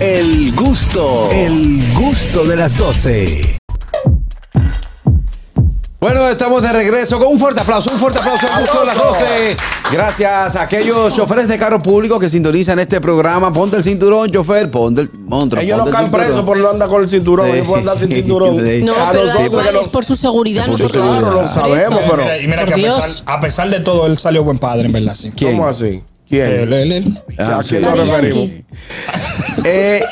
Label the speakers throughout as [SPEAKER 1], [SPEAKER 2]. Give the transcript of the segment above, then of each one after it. [SPEAKER 1] El gusto, el gusto de las 12.
[SPEAKER 2] Bueno, estamos de regreso con un fuerte aplauso, un fuerte aplauso al gusto de las 12. Gracias a aquellos choferes de carro público que sintonizan este programa. Ponte el cinturón, chofer, ponte el monstruo.
[SPEAKER 3] Ellos no
[SPEAKER 2] ponte el
[SPEAKER 3] caen
[SPEAKER 2] cinturón.
[SPEAKER 3] presos por no andar con el cinturón.
[SPEAKER 2] Sí.
[SPEAKER 3] Ellos pueden andar sin cinturón.
[SPEAKER 2] Sí.
[SPEAKER 4] No,
[SPEAKER 3] A
[SPEAKER 4] pero
[SPEAKER 3] nosotros
[SPEAKER 4] igual
[SPEAKER 3] que no-
[SPEAKER 4] es por su seguridad.
[SPEAKER 2] por su
[SPEAKER 4] nosotros
[SPEAKER 2] seguridad.
[SPEAKER 4] no vamos
[SPEAKER 3] Claro, lo
[SPEAKER 4] presos.
[SPEAKER 3] sabemos, pero-
[SPEAKER 5] Mira, y mira que
[SPEAKER 4] por
[SPEAKER 5] a
[SPEAKER 4] Dios.
[SPEAKER 5] pesar, a pesar de todo, él salió buen padre, en verdad, sí.
[SPEAKER 2] ¿Quién?
[SPEAKER 3] ¿Cómo así? ¿Quién?
[SPEAKER 5] Él, él, él.
[SPEAKER 2] Ah,
[SPEAKER 3] ¿A
[SPEAKER 2] sí.
[SPEAKER 3] quién nos
[SPEAKER 4] Daddy
[SPEAKER 3] referimos?
[SPEAKER 4] Yankee.
[SPEAKER 2] Eh,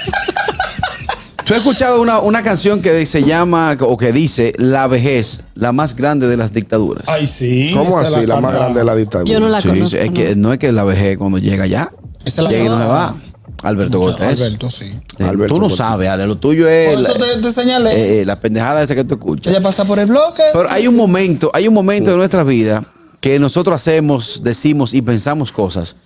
[SPEAKER 2] Tú has escuchado una, una canción que se llama o que dice La vejez, la más grande de las dictaduras.
[SPEAKER 5] Ay, sí.
[SPEAKER 3] ¿Cómo
[SPEAKER 5] esa es
[SPEAKER 3] así? La más
[SPEAKER 5] cara.
[SPEAKER 3] grande de la dictadura.
[SPEAKER 4] Yo no la
[SPEAKER 2] Sí,
[SPEAKER 4] conozco.
[SPEAKER 2] es que, no es que la vejez cuando llega ya,
[SPEAKER 5] Esa es la
[SPEAKER 2] llega y no se va.
[SPEAKER 5] verdad.
[SPEAKER 2] Alberto
[SPEAKER 5] Mucho-
[SPEAKER 2] Cortés.
[SPEAKER 5] Alberto, sí.
[SPEAKER 2] Sí,
[SPEAKER 3] Alberto
[SPEAKER 2] tú no
[SPEAKER 3] Cortés.
[SPEAKER 2] sabes, Ale, lo tuyo es.
[SPEAKER 5] Por eso
[SPEAKER 2] la-
[SPEAKER 5] te, te señalé.
[SPEAKER 2] eh, eh, la pendejada esa que tú escuchas.
[SPEAKER 5] Ella pasa por el bloque.
[SPEAKER 2] Pero hay un momento, hay un momento de nuestra vida que nosotros hacemos, decimos y pensamos cosas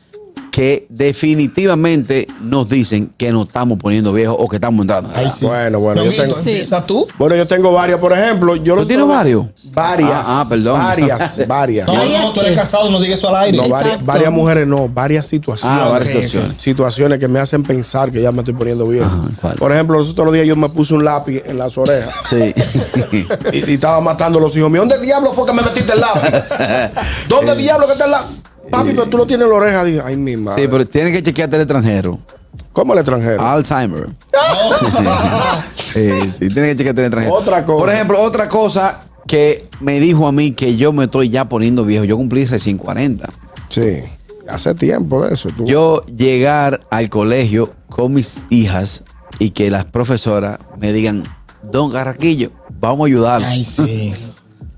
[SPEAKER 2] que definitivamente nos dicen que nos estamos poniendo viejos o que estamos entrando. en edad. Ah,
[SPEAKER 5] Ay, sí.
[SPEAKER 3] Bueno, bueno, yo
[SPEAKER 5] Ñonguito,
[SPEAKER 3] tengo-
[SPEAKER 4] Sí.
[SPEAKER 5] empieza tú.
[SPEAKER 3] Bueno, yo tengo varias, por ejemplo. Yo
[SPEAKER 2] ¿Tú
[SPEAKER 3] no
[SPEAKER 2] tienes
[SPEAKER 3] tengo-
[SPEAKER 2] varios?
[SPEAKER 3] Varias.
[SPEAKER 2] Ah, ah, perdón.
[SPEAKER 3] Varias, varias.
[SPEAKER 5] No,
[SPEAKER 4] Ay,
[SPEAKER 5] no,
[SPEAKER 4] es
[SPEAKER 5] tú eres
[SPEAKER 4] que-
[SPEAKER 5] casado, no digas eso al aire.
[SPEAKER 3] No,
[SPEAKER 4] Exacto.
[SPEAKER 3] varias, varias mujeres no, varias situaciones.
[SPEAKER 2] Ah, varias
[SPEAKER 5] ok,
[SPEAKER 2] situaciones.
[SPEAKER 3] Situaciones que me hacen pensar que ya me estoy poniendo viejo.
[SPEAKER 2] Ajá, ¿cuál?
[SPEAKER 3] Por ejemplo, los otros días yo me puse un lápiz en las orejas
[SPEAKER 2] Sí.
[SPEAKER 3] y, y estaba matando a los hijos míos. ¿Dónde diablo fue que me metiste el lápiz? ¿Dónde diablo que está el lápiz? Papi, pero tú lo tienes en la oreja. Dije, ay, mi madre.
[SPEAKER 2] sí, pero tienes que chequearte el extranjero.
[SPEAKER 3] ¿Cómo el extranjero?
[SPEAKER 2] Alzheimer. Sí, sí, tienes que chequearte el extranjero.
[SPEAKER 3] Otra cosa.
[SPEAKER 2] Por ejemplo, otra cosa que me dijo a mí que yo me estoy ya poniendo viejo. Yo cumplí recién 40.
[SPEAKER 3] Sí. Hace tiempo de eso. tú.
[SPEAKER 2] Yo llegar al colegio con mis hijas y que las profesoras me digan, Don Carraquillo, vamos a ayudarlo.
[SPEAKER 5] Ay,
[SPEAKER 2] Ey,
[SPEAKER 5] sí.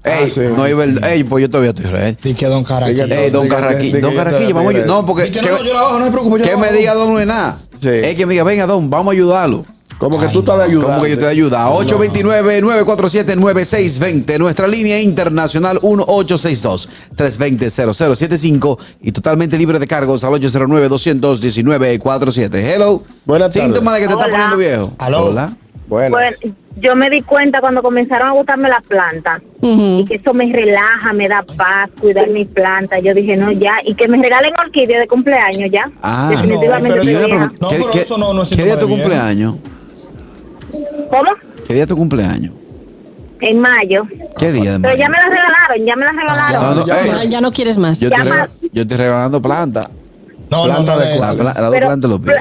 [SPEAKER 3] Ah, sí,
[SPEAKER 2] no hay
[SPEAKER 3] sí.
[SPEAKER 2] verdad. Ey, pues yo todavía estoy real.
[SPEAKER 5] Di que don Caraquillo.
[SPEAKER 3] Di que-
[SPEAKER 2] Ey, Don
[SPEAKER 3] diga-
[SPEAKER 2] Carraquillo,
[SPEAKER 3] diga-
[SPEAKER 2] Don
[SPEAKER 3] diga-
[SPEAKER 2] Carraquillo, vamos a
[SPEAKER 3] diga-
[SPEAKER 2] ayudarlo. No, porque.
[SPEAKER 5] Di que no, no, yo la bajo, no me preocupo. yo
[SPEAKER 2] que
[SPEAKER 5] la
[SPEAKER 2] me
[SPEAKER 5] bajo.
[SPEAKER 2] diga Don no es nada.
[SPEAKER 3] Sí.
[SPEAKER 2] Es que me diga, venga, Don, vamos a ayudarlo.
[SPEAKER 3] Como que
[SPEAKER 5] Ay,
[SPEAKER 3] tú estás de
[SPEAKER 5] no.
[SPEAKER 3] ayuda.
[SPEAKER 2] Como que yo te ayuda. 829-947-9620. Nuestra línea internacional 1862-320-0075 y totalmente libre de cargos al 809-219-47. Hello.
[SPEAKER 3] Buenas tardes.
[SPEAKER 2] Síntoma de que te estás
[SPEAKER 6] Hola.
[SPEAKER 2] poniendo viejo.
[SPEAKER 5] Aló.
[SPEAKER 2] Hola.
[SPEAKER 3] Bueno.
[SPEAKER 6] Bueno, yo me di cuenta cuando comenzaron a botarme las plantas.
[SPEAKER 4] Ujú.
[SPEAKER 6] Y que eso me relaja, me da paz, cuidar mi planta. Yo dije, no, ya. Y que me regalen orquídea de cumpleaños, ya.
[SPEAKER 2] Ah.
[SPEAKER 6] Definitivamente.
[SPEAKER 5] No,
[SPEAKER 2] Y
[SPEAKER 5] pero-
[SPEAKER 2] una
[SPEAKER 6] me
[SPEAKER 2] pregunta,
[SPEAKER 5] No,
[SPEAKER 2] ¿qué-
[SPEAKER 5] pero
[SPEAKER 2] qué-
[SPEAKER 5] eso no- no es
[SPEAKER 2] ¿Qué día es tu
[SPEAKER 5] síntoma de
[SPEAKER 2] cumpleaños?
[SPEAKER 6] vieja. ¿Cómo?
[SPEAKER 2] ¿Qué día es tu cumpleaños?
[SPEAKER 6] En mayo.
[SPEAKER 2] ¿Qué día de
[SPEAKER 6] Pero ya
[SPEAKER 2] mayo?
[SPEAKER 6] me las regalaron, ya me las regalaron.
[SPEAKER 2] No, no,
[SPEAKER 3] Ya,
[SPEAKER 2] ey,
[SPEAKER 4] Ya, ya no quieres más.
[SPEAKER 2] yo, te
[SPEAKER 6] llama-
[SPEAKER 2] rega- yo estoy regalando planta.
[SPEAKER 5] No, no,
[SPEAKER 3] Planta
[SPEAKER 5] no,
[SPEAKER 3] de
[SPEAKER 5] no,
[SPEAKER 2] La,
[SPEAKER 3] cuadro.
[SPEAKER 2] pla- las dos
[SPEAKER 6] Pero-
[SPEAKER 2] plantas los pies.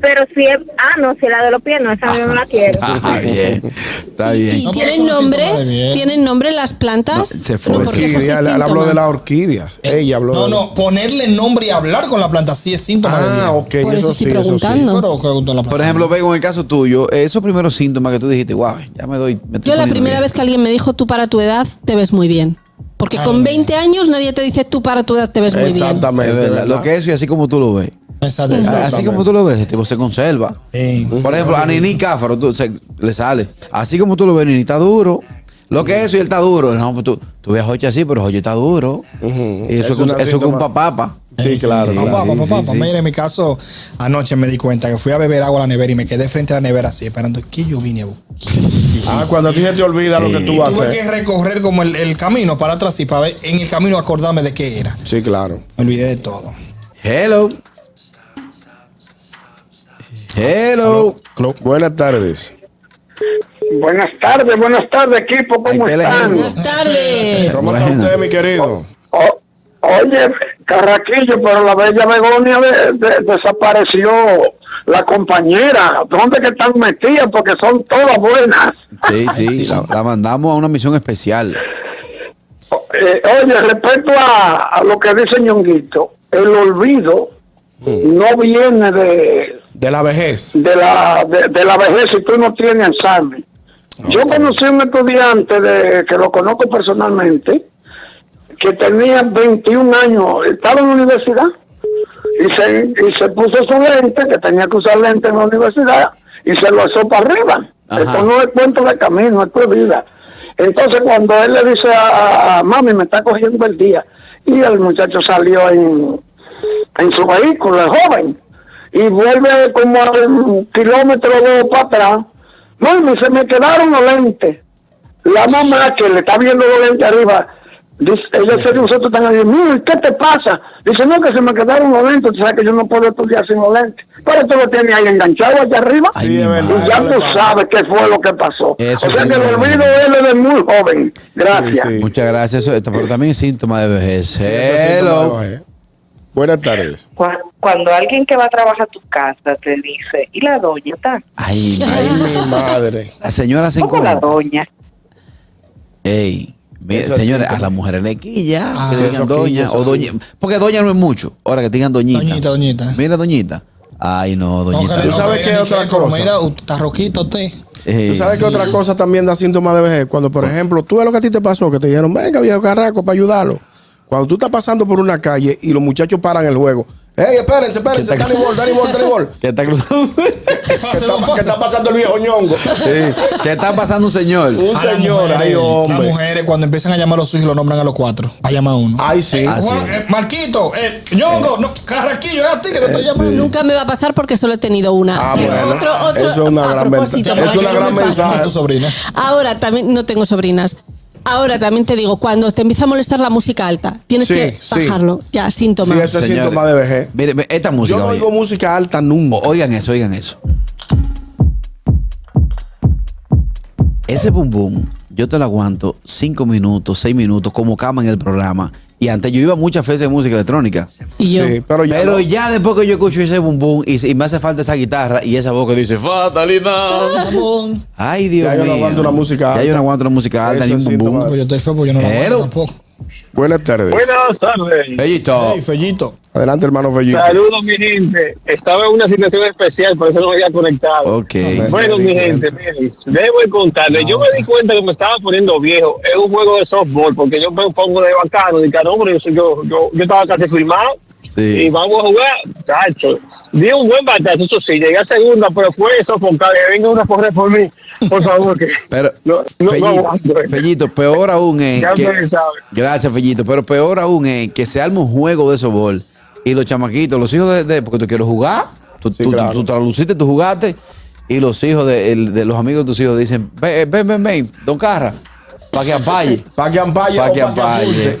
[SPEAKER 6] Pero si es. Ah, no, si es la de los pies, no, esa yo no la quiero.
[SPEAKER 2] Ah, bien. Está
[SPEAKER 4] ¿Y-
[SPEAKER 2] bien.
[SPEAKER 4] ¿Y
[SPEAKER 5] No, pero
[SPEAKER 4] tienen
[SPEAKER 5] eso no es
[SPEAKER 4] nombre?
[SPEAKER 5] síntoma de bien.
[SPEAKER 4] ¿Tienen nombre las plantas?
[SPEAKER 2] No, se fue.
[SPEAKER 4] No, porque eso sí
[SPEAKER 3] Orquídea,
[SPEAKER 4] es
[SPEAKER 3] él, él habló
[SPEAKER 4] síntoma.
[SPEAKER 3] de las orquídeas. Ella habló.
[SPEAKER 5] Eh, No,
[SPEAKER 3] de-
[SPEAKER 5] no, ponerle nombre y hablar con la planta sí es síntoma de
[SPEAKER 3] Ah,
[SPEAKER 5] viejo.
[SPEAKER 3] ok,
[SPEAKER 4] Por
[SPEAKER 3] eso
[SPEAKER 4] eso
[SPEAKER 3] sí,
[SPEAKER 4] estoy
[SPEAKER 3] eso sí.
[SPEAKER 4] preguntando.
[SPEAKER 5] Pero que con la planta.
[SPEAKER 2] Por ejemplo, Bego, en el caso tuyo, esos primeros síntomas que tú dijiste, wow, ya me doy. me estoy
[SPEAKER 4] Yo la
[SPEAKER 2] poniendo
[SPEAKER 4] primera
[SPEAKER 2] viejo".
[SPEAKER 4] vez que alguien me dijo tú para tu edad te ves muy bien. Porque
[SPEAKER 5] Ay,
[SPEAKER 4] con
[SPEAKER 5] mira.
[SPEAKER 4] 20 años nadie te dice tú para tu edad te ves muy bien.
[SPEAKER 3] Exactamente.
[SPEAKER 2] Es verdad,
[SPEAKER 3] ¿verdad?
[SPEAKER 2] Lo que es y así como tú lo ves.
[SPEAKER 5] Exacto.
[SPEAKER 2] Así como tú lo ves, este tipo se conserva.
[SPEAKER 5] Ey.
[SPEAKER 2] Por ejemplo, a Nini Cáfaro tú- se- le sale. Así como tú lo ves, Nini está duro. Lo que es y él está duro. No, pues tú, tú ves a Joche así, pero Joche está duro.
[SPEAKER 3] Ujú.
[SPEAKER 2] Y eso,
[SPEAKER 3] Es
[SPEAKER 2] es con-
[SPEAKER 3] una
[SPEAKER 2] eso con
[SPEAKER 3] síntoma.
[SPEAKER 2] papapa.
[SPEAKER 3] Sí, claro.
[SPEAKER 5] No,
[SPEAKER 3] claro.
[SPEAKER 5] papá,
[SPEAKER 2] sí,
[SPEAKER 5] papá,
[SPEAKER 2] sí,
[SPEAKER 5] papá.
[SPEAKER 2] sí.
[SPEAKER 5] Mira, en mi caso, anoche me di cuenta que fui a beber agua a la nevera y me quedé frente a la nevera así, esperando que yo vine a buscar.
[SPEAKER 3] Ah, cuando a ti se te olvida lo que tú vas a
[SPEAKER 5] Tuve que
[SPEAKER 3] hacer.
[SPEAKER 5] recorrer como el, el camino para atrás y para ver en el camino acordarme de qué era.
[SPEAKER 3] Sí, claro.
[SPEAKER 5] Me olvidé de todo.
[SPEAKER 2] Hello. Hello.
[SPEAKER 3] Buenas tardes.
[SPEAKER 7] Buenas tardes, buenas tardes, equipo,
[SPEAKER 2] Ahí
[SPEAKER 7] ¿cómo
[SPEAKER 2] te la
[SPEAKER 7] están?
[SPEAKER 2] llevo.
[SPEAKER 4] Buenas tardes.
[SPEAKER 3] ¿Cómo está
[SPEAKER 2] Buenas.
[SPEAKER 3] usted, mi querido?
[SPEAKER 7] O- oye, Carraquillo, pero la bella Begonia de- de- desapareció la compañera. ¿Dónde que están metidas? Porque son todas buenas.
[SPEAKER 2] Sí, sí, la, la mandamos a una misión especial.
[SPEAKER 7] O- eh, oye, respecto a, a lo que dice Ñonguito, el olvido no viene de,
[SPEAKER 3] De la vejez.
[SPEAKER 7] de la, de, de la vejez si tú no tienes Alzheimer. Yo conocí un estudiante de, que lo conozco personalmente, que tenía 21 años, estaba en la universidad y se, y se puso su lente, que tenía que usar lente en la universidad, y se lo alzó para arriba.
[SPEAKER 2] Ajá.
[SPEAKER 7] Eso no es cuento de camino, esto es vida. Entonces cuando él le dice a, a- a mami, me está cogiendo el día, y el muchacho salió en, en su vehículo, el joven, y vuelve como a un kilómetro o dos para atrás, mami, se me quedaron los lentes. La mamá que le está viendo los lentes arriba, Dice, ella se nosotros tan ahí, "Mira, ¿qué te pasa? Dice, no, que se me quedaron los lentes, tú sabes que yo no puedo estudiar sin los lentes. Pero tú lo tienes ahí enganchado allá arriba.
[SPEAKER 2] Ay, mi
[SPEAKER 3] es verdad,
[SPEAKER 2] madre.
[SPEAKER 7] Y ya
[SPEAKER 3] eso
[SPEAKER 7] tú
[SPEAKER 3] le pasa.
[SPEAKER 7] sabes qué fue lo que pasó.
[SPEAKER 2] Eso
[SPEAKER 7] o sea
[SPEAKER 2] sí,
[SPEAKER 7] que el
[SPEAKER 2] sí.
[SPEAKER 7] olvido él es de muy joven. Gracias.
[SPEAKER 3] Sí, sí.
[SPEAKER 2] Muchas gracias. Eso, esto- pero también es síntoma de vejez. Hello.
[SPEAKER 3] Buenas tardes.
[SPEAKER 8] Cu- Cuando alguien que va a trabajar a tu casa te dice, ¿y la doña está?
[SPEAKER 2] Ay,
[SPEAKER 3] Ay,
[SPEAKER 2] madre.
[SPEAKER 3] mi madre.
[SPEAKER 2] La señora se
[SPEAKER 8] ¿Cómo la
[SPEAKER 2] encuentra.
[SPEAKER 8] doña?
[SPEAKER 2] Ey, mire,
[SPEAKER 3] Eso es
[SPEAKER 2] señores, a
[SPEAKER 3] síntoma.
[SPEAKER 2] las mujeres le quilla,
[SPEAKER 5] Ah,
[SPEAKER 2] que
[SPEAKER 3] eso
[SPEAKER 2] digan
[SPEAKER 3] quilla,
[SPEAKER 2] doña
[SPEAKER 3] eso
[SPEAKER 2] o doña, porque doña no es mucho. Ahora que digan doñita.
[SPEAKER 5] Doñita, doñita.
[SPEAKER 2] Mira, doñita. Ay, no, doñita.
[SPEAKER 5] que
[SPEAKER 3] ¿Tú
[SPEAKER 5] no
[SPEAKER 3] sabes
[SPEAKER 5] caiga
[SPEAKER 3] qué
[SPEAKER 5] ni
[SPEAKER 3] otra
[SPEAKER 5] que- pero
[SPEAKER 3] cosa?
[SPEAKER 5] Mira, usted está roquito usted.
[SPEAKER 2] Ey,
[SPEAKER 3] ¿Tú sabes que
[SPEAKER 2] sí.
[SPEAKER 3] otra cosa también da síntomas de vejez? Cuando, por ejemplo, tú ves lo que a ti te pasó, que te dijeron, venga, viejo carraco, para ayudarlo. Cuando tú estás pasando por una calle y los muchachos paran el juego. ¡Ey, espérense, espérense! ¡Dani Ball, Dani Ball, Dani Ball!
[SPEAKER 2] Que está cruzando.
[SPEAKER 3] ¿Qué está, qué está pasando el viejo ñongo?
[SPEAKER 2] Sí, que está pasando un señor.
[SPEAKER 3] Un
[SPEAKER 5] A las
[SPEAKER 3] señor,
[SPEAKER 5] mujeres,
[SPEAKER 3] ay,
[SPEAKER 5] Las
[SPEAKER 3] hombre.
[SPEAKER 5] mujeres cuando empiezan a llamar a los suyos lo nombran a los cuatro. Va a llamar a uno.
[SPEAKER 3] Ay, sí.
[SPEAKER 2] Ah,
[SPEAKER 5] Juan,
[SPEAKER 2] sí.
[SPEAKER 5] eh, Marquito, eh, Ñongo, no, Carraquillo, es a ti que te estoy llamando.
[SPEAKER 4] Nunca me va a pasar porque solo he tenido una.
[SPEAKER 3] Ah,
[SPEAKER 4] Pero
[SPEAKER 3] bueno. Eso es una
[SPEAKER 4] a
[SPEAKER 3] gran ventaja.
[SPEAKER 4] propósito, para
[SPEAKER 3] Es
[SPEAKER 4] que
[SPEAKER 3] una
[SPEAKER 4] no
[SPEAKER 3] gran
[SPEAKER 4] me pase.
[SPEAKER 3] mensaje.
[SPEAKER 5] a tu sobrina.
[SPEAKER 4] Ahora también no tengo sobrinas. Ahora también te digo, cuando te empieza a molestar la música alta, tienes
[SPEAKER 3] Sí,
[SPEAKER 4] que
[SPEAKER 3] sí.
[SPEAKER 4] bajarlo. Ya,
[SPEAKER 3] Sí,
[SPEAKER 4] síntoma.
[SPEAKER 3] eso es
[SPEAKER 2] Señores.
[SPEAKER 3] síntoma de vejez.
[SPEAKER 2] Mire, mire, esta
[SPEAKER 3] Yo
[SPEAKER 2] música.
[SPEAKER 3] no
[SPEAKER 2] oye.
[SPEAKER 3] oigo música alta nunca.
[SPEAKER 2] Oigan eso, oigan eso. Ese bum bum, yo te lo aguanto cinco minutos, seis minutos, como cama en el programa. Y antes yo iba muchas veces de música electrónica.
[SPEAKER 4] y yo.
[SPEAKER 3] Sí, pero ya.
[SPEAKER 2] Pero
[SPEAKER 3] no.
[SPEAKER 2] ya después que yo escucho ese bum bum y, y me hace falta esa guitarra y esa voz que dice fatalidad.
[SPEAKER 5] Ramón.
[SPEAKER 2] Ay, Dios
[SPEAKER 3] Ya
[SPEAKER 2] mío.
[SPEAKER 3] yo no aguanto la
[SPEAKER 2] Ya
[SPEAKER 3] música
[SPEAKER 2] yo
[SPEAKER 3] alta.
[SPEAKER 2] no aguanto la música alta
[SPEAKER 3] Eso
[SPEAKER 2] ni un
[SPEAKER 3] es
[SPEAKER 2] bum
[SPEAKER 5] No,
[SPEAKER 2] bum.
[SPEAKER 5] pues yo estoy feo porque yo no la
[SPEAKER 2] Pero-
[SPEAKER 5] aguanto tampoco.
[SPEAKER 3] Buenas tardes.
[SPEAKER 9] Buenas tardes.
[SPEAKER 2] Bellito.
[SPEAKER 5] Ey, Fellito.
[SPEAKER 3] Adelante, hermano Fellito.
[SPEAKER 9] Saludos, mi gente. Estaba en una situación especial, por eso no me había conectado.
[SPEAKER 2] Ok.
[SPEAKER 9] Bueno,
[SPEAKER 3] Me di
[SPEAKER 9] mi gente,
[SPEAKER 3] cuenta.
[SPEAKER 9] miren, debo de contarles. yo me di cuenta que me estaba poniendo viejo. Es un juego de softball, porque yo me pongo de bacano. Y no, hombre, yo, soy- yo, yo, yo estaba casi firmado.
[SPEAKER 2] Sí.
[SPEAKER 9] Y vamos a jugar, chacho. Di un buen batazo, eso sí, llegué a segunda, pero fue eso, con que venga una a correr por mí. Por favor, que.
[SPEAKER 2] Pero,
[SPEAKER 9] no, no, no
[SPEAKER 2] Fellito,
[SPEAKER 9] aguanto esto.
[SPEAKER 2] Fellito, peor aún es.
[SPEAKER 9] Ya
[SPEAKER 2] que-
[SPEAKER 9] ustedes saben.
[SPEAKER 2] gracias, Fellito. Pero peor aún es que se arma un juego de softball y los chamaquitos, los hijos de. de- porque tú quieres jugar, tú,
[SPEAKER 3] Sí,
[SPEAKER 2] tú,
[SPEAKER 3] claro.
[SPEAKER 2] tú traduciste, tú jugaste, y los hijos de, el- de los amigos de tus hijos dicen: "Ve- eh, Ven, ven, ven, don Carra, para que ampalle.
[SPEAKER 3] Pa' que ampalle
[SPEAKER 2] Para
[SPEAKER 3] o
[SPEAKER 2] que
[SPEAKER 3] pa' que
[SPEAKER 2] ampalle.
[SPEAKER 3] apunte.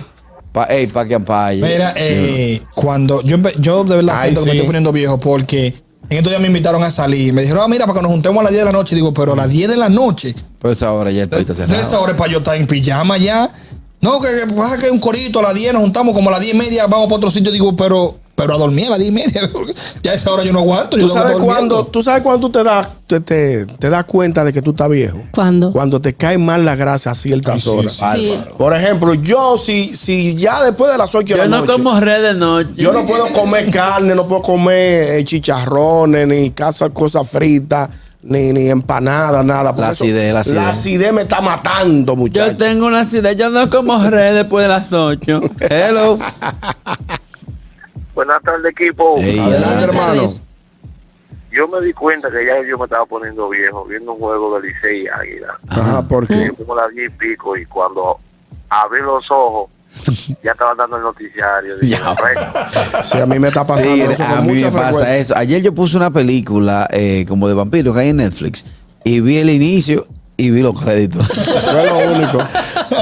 [SPEAKER 2] Pa, ey, pa' que ampalle.
[SPEAKER 5] Mira, eh, cuando yo, empe- yo de verdad
[SPEAKER 3] Ay,
[SPEAKER 5] siento que me
[SPEAKER 3] sí.
[SPEAKER 5] estoy poniendo viejo porque en estos días me invitaron a salir. Me dijeron, ah, mira, para que nos juntemos a las 10 de la noche. Digo, pero a las 10 de la noche.
[SPEAKER 2] Pues ahora ya estoy
[SPEAKER 5] Tres
[SPEAKER 2] cerrado.
[SPEAKER 5] horas para yo estar en pijama ya. No, que, que pasa que hay un corito a las 10, nos juntamos como a las 10 y media, vamos para otro sitio. Digo, pero, pero a dormir a las 10 y media. porque Ya a esa hora yo no aguanto.
[SPEAKER 3] ¿Tú
[SPEAKER 5] yo tengo que
[SPEAKER 3] sabes,
[SPEAKER 5] estar
[SPEAKER 3] cuándo,
[SPEAKER 5] durmiendo.
[SPEAKER 3] ¿Tú sabes cuándo te das te, te- te das cuenta de que tú estás viejo?
[SPEAKER 4] ¿Cuándo?
[SPEAKER 3] Cuando te cae mal la grasa a ciertas
[SPEAKER 5] Ay, sí,
[SPEAKER 3] horas.
[SPEAKER 5] sí.
[SPEAKER 4] Sí.
[SPEAKER 3] Por ejemplo, yo si, si ya después de las 8 de la
[SPEAKER 10] Yo no
[SPEAKER 3] noche,
[SPEAKER 10] como red de noche.
[SPEAKER 3] yo no puedo comer carne, no puedo comer eh, chicharrones, ni casa- cosas fritas, ni, ni empanadas, nada. Por
[SPEAKER 2] La
[SPEAKER 3] eso,
[SPEAKER 2] acidez, la acidez.
[SPEAKER 3] acidez me está matando,
[SPEAKER 10] Yo
[SPEAKER 3] muchachos.
[SPEAKER 10] tengo una ciudad, yo no como red después de las 8.
[SPEAKER 2] Hello.
[SPEAKER 7] Buenas tardes, equipo.
[SPEAKER 2] Ey,
[SPEAKER 3] Adelante,
[SPEAKER 2] adelante.
[SPEAKER 3] hermano.
[SPEAKER 7] Yo me di cuenta que ya yo me estaba poniendo viejo viendo un juego de Licey y Águila.
[SPEAKER 3] Ajá, porque.
[SPEAKER 7] Yo como las 10 y pico y cuando abrí los ojos ya estaba dando el noticiario. Dije,
[SPEAKER 2] Ya.
[SPEAKER 7] "Bueno,
[SPEAKER 3] Si a mí me está pasando
[SPEAKER 2] Sí,
[SPEAKER 3] eso con
[SPEAKER 2] a mí
[SPEAKER 3] mucha
[SPEAKER 2] me pasa eh.
[SPEAKER 3] frecuencia.
[SPEAKER 2] eso. Ayer yo puse una película eh, como de vampiros que hay en Netflix y vi el inicio y vi los créditos.
[SPEAKER 3] Eso es lo único.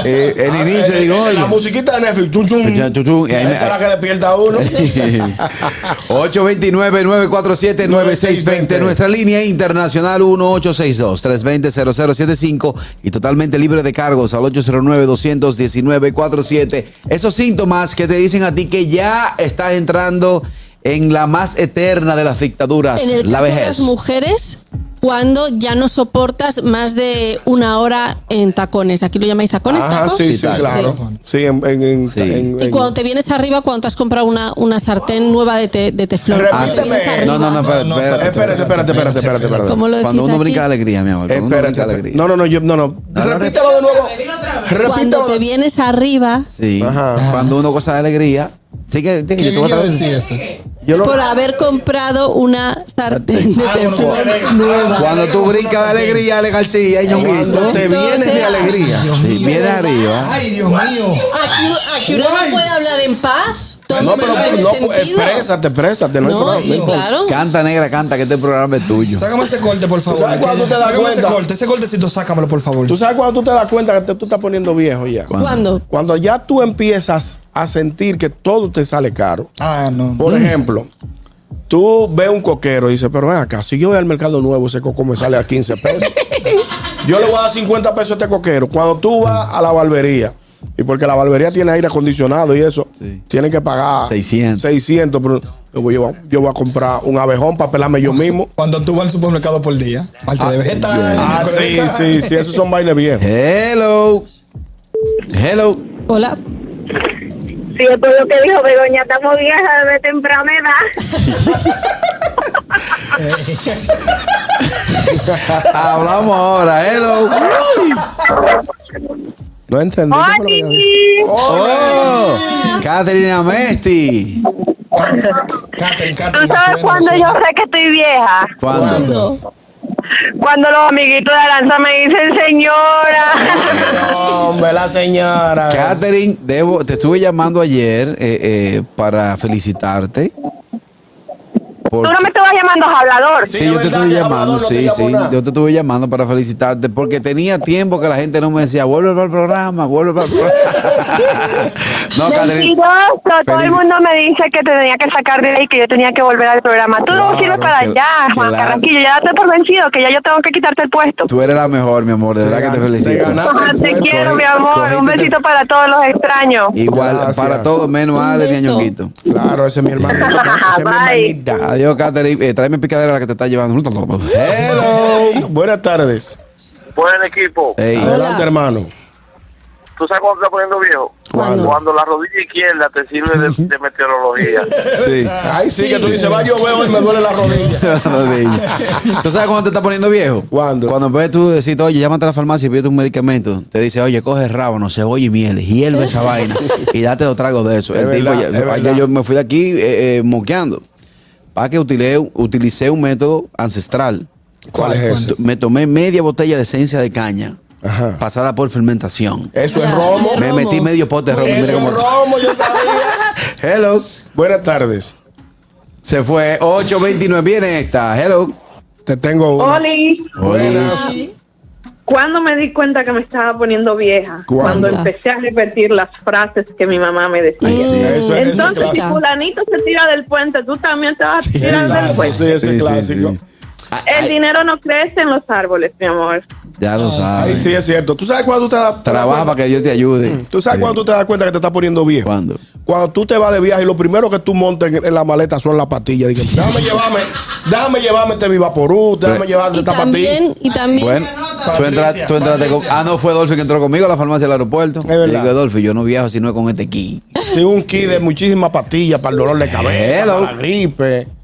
[SPEAKER 2] Eh, el
[SPEAKER 3] Ah,
[SPEAKER 2] inicio
[SPEAKER 3] eh,
[SPEAKER 2] digo,
[SPEAKER 3] eh, La
[SPEAKER 2] oye.
[SPEAKER 3] musiquita de Netflix, chum, chum.
[SPEAKER 2] Chum, chum, chum, y ahí me-
[SPEAKER 3] Esa es la que despierta a uno.
[SPEAKER 2] 829-947-9620, nuestra línea internacional 1862-320-0075 y totalmente libre de cargos al 809-219-47. Esos síntomas que te dicen a ti que ya estás entrando en la más eterna de las dictaduras,
[SPEAKER 4] En el
[SPEAKER 2] la
[SPEAKER 4] caso de
[SPEAKER 2] vejez.
[SPEAKER 4] las mujeres, cuando ya no soportas más de una hora en tacones. Aquí lo llamáis tacones,
[SPEAKER 3] Ajá,
[SPEAKER 4] tacos.
[SPEAKER 3] sí, sí,
[SPEAKER 2] tacos.
[SPEAKER 3] claro.
[SPEAKER 5] Sí.
[SPEAKER 3] Sí, en, en, en-
[SPEAKER 2] Sí.
[SPEAKER 3] en-
[SPEAKER 4] Y
[SPEAKER 3] en-
[SPEAKER 4] cuando te vienes arriba, cuando te has comprado una, una sartén nueva de, te, de teflón.
[SPEAKER 3] Repíteme.
[SPEAKER 4] Cuando te vienes arriba,
[SPEAKER 2] No, no, no, espérate, espérate,
[SPEAKER 3] Espérate, espérate, espérate, espérate, espérate.
[SPEAKER 4] ¿Cómo lo decís
[SPEAKER 2] Cuando uno
[SPEAKER 4] aquí?
[SPEAKER 2] brinca de alegría, mi amor. Cuando uno
[SPEAKER 3] Espérate,
[SPEAKER 2] brinca de
[SPEAKER 3] espérate.
[SPEAKER 2] alegría.
[SPEAKER 3] No, no, no, yo, no, no.
[SPEAKER 2] No, no,
[SPEAKER 3] Repítalo de nuevo.
[SPEAKER 4] Cuando
[SPEAKER 3] Repítalo.
[SPEAKER 4] te
[SPEAKER 3] de-
[SPEAKER 4] vienes arriba,
[SPEAKER 2] Sí.
[SPEAKER 3] Ajá.
[SPEAKER 2] Cuando uno goza de alegría. Sí que, sí que
[SPEAKER 5] ¿Qué
[SPEAKER 2] yo te voy a
[SPEAKER 5] quiero
[SPEAKER 2] traer-
[SPEAKER 5] decir eso?
[SPEAKER 3] Yo no-
[SPEAKER 4] por haber comprado una sartén de
[SPEAKER 5] Ah, bueno,
[SPEAKER 4] teflón
[SPEAKER 5] bueno,
[SPEAKER 4] nueva.
[SPEAKER 2] Cuando tú brincas de alegría, Ale García y
[SPEAKER 3] Cuando
[SPEAKER 2] Ñonguito.
[SPEAKER 3] te vienes de
[SPEAKER 4] Entonces,
[SPEAKER 3] alegría.
[SPEAKER 5] Dios
[SPEAKER 2] Sí,
[SPEAKER 5] mío.
[SPEAKER 2] vienes arriba.
[SPEAKER 5] Ay, Dios mío.
[SPEAKER 4] Aquí, aquí uno no puede hablar en paz. Todo
[SPEAKER 3] No, pero no, exprésate, exprésate, no, hay
[SPEAKER 4] No,
[SPEAKER 3] problema.
[SPEAKER 4] sí, claro.
[SPEAKER 2] Canta negra, canta, que este programa es tuyo.
[SPEAKER 5] Sácame ese corte, por favor.
[SPEAKER 3] ¿Tú sabes
[SPEAKER 5] que-
[SPEAKER 3] cuándo te das
[SPEAKER 5] sácame
[SPEAKER 3] cuenta?
[SPEAKER 5] ese corte, ese cortecito, sácamelo, por favor.
[SPEAKER 3] Tú sabes cuando tú te das cuenta que te- tú estás poniendo viejo ya.
[SPEAKER 4] ¿Cuándo?
[SPEAKER 3] Cuando ya tú empiezas a sentir que todo te sale caro.
[SPEAKER 5] Ah, no.
[SPEAKER 3] Por ejemplo, tú ves un coquero y dices, pero ven acá, si yo voy al mercado nuevo, ese coco me sale a 15 pesos. yo le voy a dar 50 pesos a este coquero. Cuando tú vas a la barbería, y porque la barbería tiene aire acondicionado y eso, tienen que pagar
[SPEAKER 2] 600.
[SPEAKER 3] 600, pero yo voy, yo voy- yo voy a comprar un abejón para pelarme yo mismo.
[SPEAKER 5] Cuando tú vas al supermercado por día, parte de vegetales.
[SPEAKER 3] Ah, sí,
[SPEAKER 5] crudeca.
[SPEAKER 3] sí, sí, esos son bailes viejos.
[SPEAKER 2] Hello. Hello.
[SPEAKER 4] Hola.
[SPEAKER 6] Si es por pues lo que dijo Begoña, estamos viejas de temprana edad.
[SPEAKER 2] Hablamos ahora. Hello.
[SPEAKER 3] No entendí. ¿qué fue lo que ella dijo?
[SPEAKER 6] Oli.
[SPEAKER 2] Oh, Caterina Mesti.
[SPEAKER 5] Catherine,
[SPEAKER 6] ¿Tú
[SPEAKER 5] Catherine, me
[SPEAKER 6] sabes
[SPEAKER 5] suena,
[SPEAKER 6] cuándo
[SPEAKER 5] me
[SPEAKER 6] yo
[SPEAKER 5] suena.
[SPEAKER 6] sé que estoy vieja?
[SPEAKER 2] ¿Cuándo?
[SPEAKER 4] ¿Cuándo?
[SPEAKER 6] Cuando los amiguitos de Aranza me dicen señora.
[SPEAKER 3] Hombre, la señora.
[SPEAKER 2] Catherine, debo, te estuve llamando ayer eh, eh, para felicitarte.
[SPEAKER 6] Tú
[SPEAKER 2] Porque-
[SPEAKER 6] no me estabas llamando hablador.
[SPEAKER 2] Sí,
[SPEAKER 3] Sí, es
[SPEAKER 2] yo te
[SPEAKER 3] verdad
[SPEAKER 2] estuve
[SPEAKER 3] que
[SPEAKER 2] llamando,
[SPEAKER 3] Hablador no te
[SPEAKER 2] sí,
[SPEAKER 3] llamó
[SPEAKER 2] sí.
[SPEAKER 3] nada.
[SPEAKER 2] Yo te estuve llamando para felicitarte porque tenía tiempo que la gente no me decía, vuelve al programa, vuelve al programa. no, Catherine.
[SPEAKER 6] Mentiroso, todo el
[SPEAKER 2] Feliz-
[SPEAKER 6] mundo me dice que te tenía que sacar de ahí, que yo tenía que volver al programa. Tú
[SPEAKER 2] Claro,
[SPEAKER 6] no sirves para
[SPEAKER 2] que-
[SPEAKER 6] allá, Juan
[SPEAKER 2] claro.
[SPEAKER 6] Carranquillo. Ya te por vencido, que ya yo tengo que quitarte el puesto.
[SPEAKER 2] Tú eres la mejor, mi amor, de verdad que te felicito.
[SPEAKER 3] Te ganaste
[SPEAKER 6] Ojalá,
[SPEAKER 3] el
[SPEAKER 6] te
[SPEAKER 3] puesto.
[SPEAKER 6] quiero,
[SPEAKER 2] cogí-
[SPEAKER 6] mi amor. Un
[SPEAKER 2] cogiste-
[SPEAKER 6] besito para todos los extraños.
[SPEAKER 2] Igual,
[SPEAKER 3] Gracias.
[SPEAKER 2] para todos, menos
[SPEAKER 4] Un
[SPEAKER 2] a Ale y a
[SPEAKER 4] beso.
[SPEAKER 2] Ñonguito.
[SPEAKER 3] Claro, ese es mi hermano. Ese es mi
[SPEAKER 6] Bye.
[SPEAKER 3] hermanita.
[SPEAKER 2] Adiós, Catherine. Eh, tráeme picadera la que te está llevando. Hello.
[SPEAKER 3] Buenas tardes.
[SPEAKER 7] pues
[SPEAKER 9] Buen equipo.
[SPEAKER 2] Ey,
[SPEAKER 3] Adelante, hermano.
[SPEAKER 9] ¿Tú sabes cuándo te estás poniendo viejo?
[SPEAKER 4] ¿Cuándo?
[SPEAKER 9] Cuando la rodilla izquierda te sirve de, de meteorología.
[SPEAKER 2] sí.
[SPEAKER 3] Ay, sí, que tú dices, va, yo veo y me duele la rodilla.
[SPEAKER 2] ¿Tú sabes cuándo te está poniendo viejo?
[SPEAKER 3] ¿Cuándo?
[SPEAKER 2] Cuando ves tú decís, oye, llámate a la farmacia y pídete un medicamento. Te dice, oye, coge rábano, cebolla y miel, hierve esa vaina y date dos tragos de eso.
[SPEAKER 3] Es
[SPEAKER 2] El tipo
[SPEAKER 3] verdad,
[SPEAKER 2] ya-
[SPEAKER 3] es
[SPEAKER 2] ayer
[SPEAKER 3] verdad.
[SPEAKER 2] yo me fui de aquí eh, eh, moqueando. Para que utilicé, utilicé un método ancestral.
[SPEAKER 3] ¿Cuál es ese? Ah.
[SPEAKER 2] Me tomé media botella de esencia de caña
[SPEAKER 3] Ajá.
[SPEAKER 2] pasada por fermentación.
[SPEAKER 3] Eso es
[SPEAKER 4] Ya,
[SPEAKER 3] romo.
[SPEAKER 4] ya.
[SPEAKER 2] Me
[SPEAKER 4] romo.
[SPEAKER 2] metí medio pote de romo.
[SPEAKER 3] Eso
[SPEAKER 2] mira
[SPEAKER 3] es
[SPEAKER 2] cómo-
[SPEAKER 3] romo, yo sabía.
[SPEAKER 2] Hello.
[SPEAKER 3] Buenas tardes.
[SPEAKER 2] Se fue. 8.29. Viene esta. Hello.
[SPEAKER 3] Te tengo una.
[SPEAKER 6] Oli.
[SPEAKER 2] Buenas.
[SPEAKER 8] Cuando me di cuenta que me estaba poniendo vieja, cuando
[SPEAKER 3] ¿Cuándo?
[SPEAKER 8] empecé a repetir las frases que mi mamá me decía.
[SPEAKER 2] Ay, sí.
[SPEAKER 3] Eso es, eso es
[SPEAKER 8] Entonces, si
[SPEAKER 3] clásico.
[SPEAKER 8] fulanito se tira del puente, tú también te vas a tirar del
[SPEAKER 3] Exacto,
[SPEAKER 8] puente.
[SPEAKER 3] Sí, eso
[SPEAKER 2] Sí, sí,
[SPEAKER 3] es clásico.
[SPEAKER 2] sí.
[SPEAKER 8] El dinero no crece en los árboles, mi amor.
[SPEAKER 2] Ah, Ya lo
[SPEAKER 3] Ahí
[SPEAKER 2] sabes.
[SPEAKER 3] sí es cierto. ¿Tú sabes cuándo tú te das te das
[SPEAKER 2] Trabaja para
[SPEAKER 3] cuenta?
[SPEAKER 2] que Dios te ayude.
[SPEAKER 3] ¿Tú sabes
[SPEAKER 2] Sí.
[SPEAKER 3] cuándo tú te das cuenta que te estás poniendo viejo?
[SPEAKER 2] ¿Cuándo?
[SPEAKER 3] Cuando tú te vas de viaje y lo primero que tú montas en, en la maleta son las pastillas. Dije, déjame llevarme, déjame llevarme este Vivaporú, déjame llevarme
[SPEAKER 4] Y
[SPEAKER 3] esta pastilla.
[SPEAKER 4] también, y también.
[SPEAKER 2] Bueno, tú, entra- tú entraste con. Ah, no, fue Dolphy que entró conmigo a la farmacia del aeropuerto.
[SPEAKER 3] verdad.
[SPEAKER 2] Digo, Dolphy, yo no viajo si no es con este aquí.
[SPEAKER 3] Sí, un kit de muchísimas pastillas para el dolor de cabeza,
[SPEAKER 2] Hello.
[SPEAKER 3] para la gripe.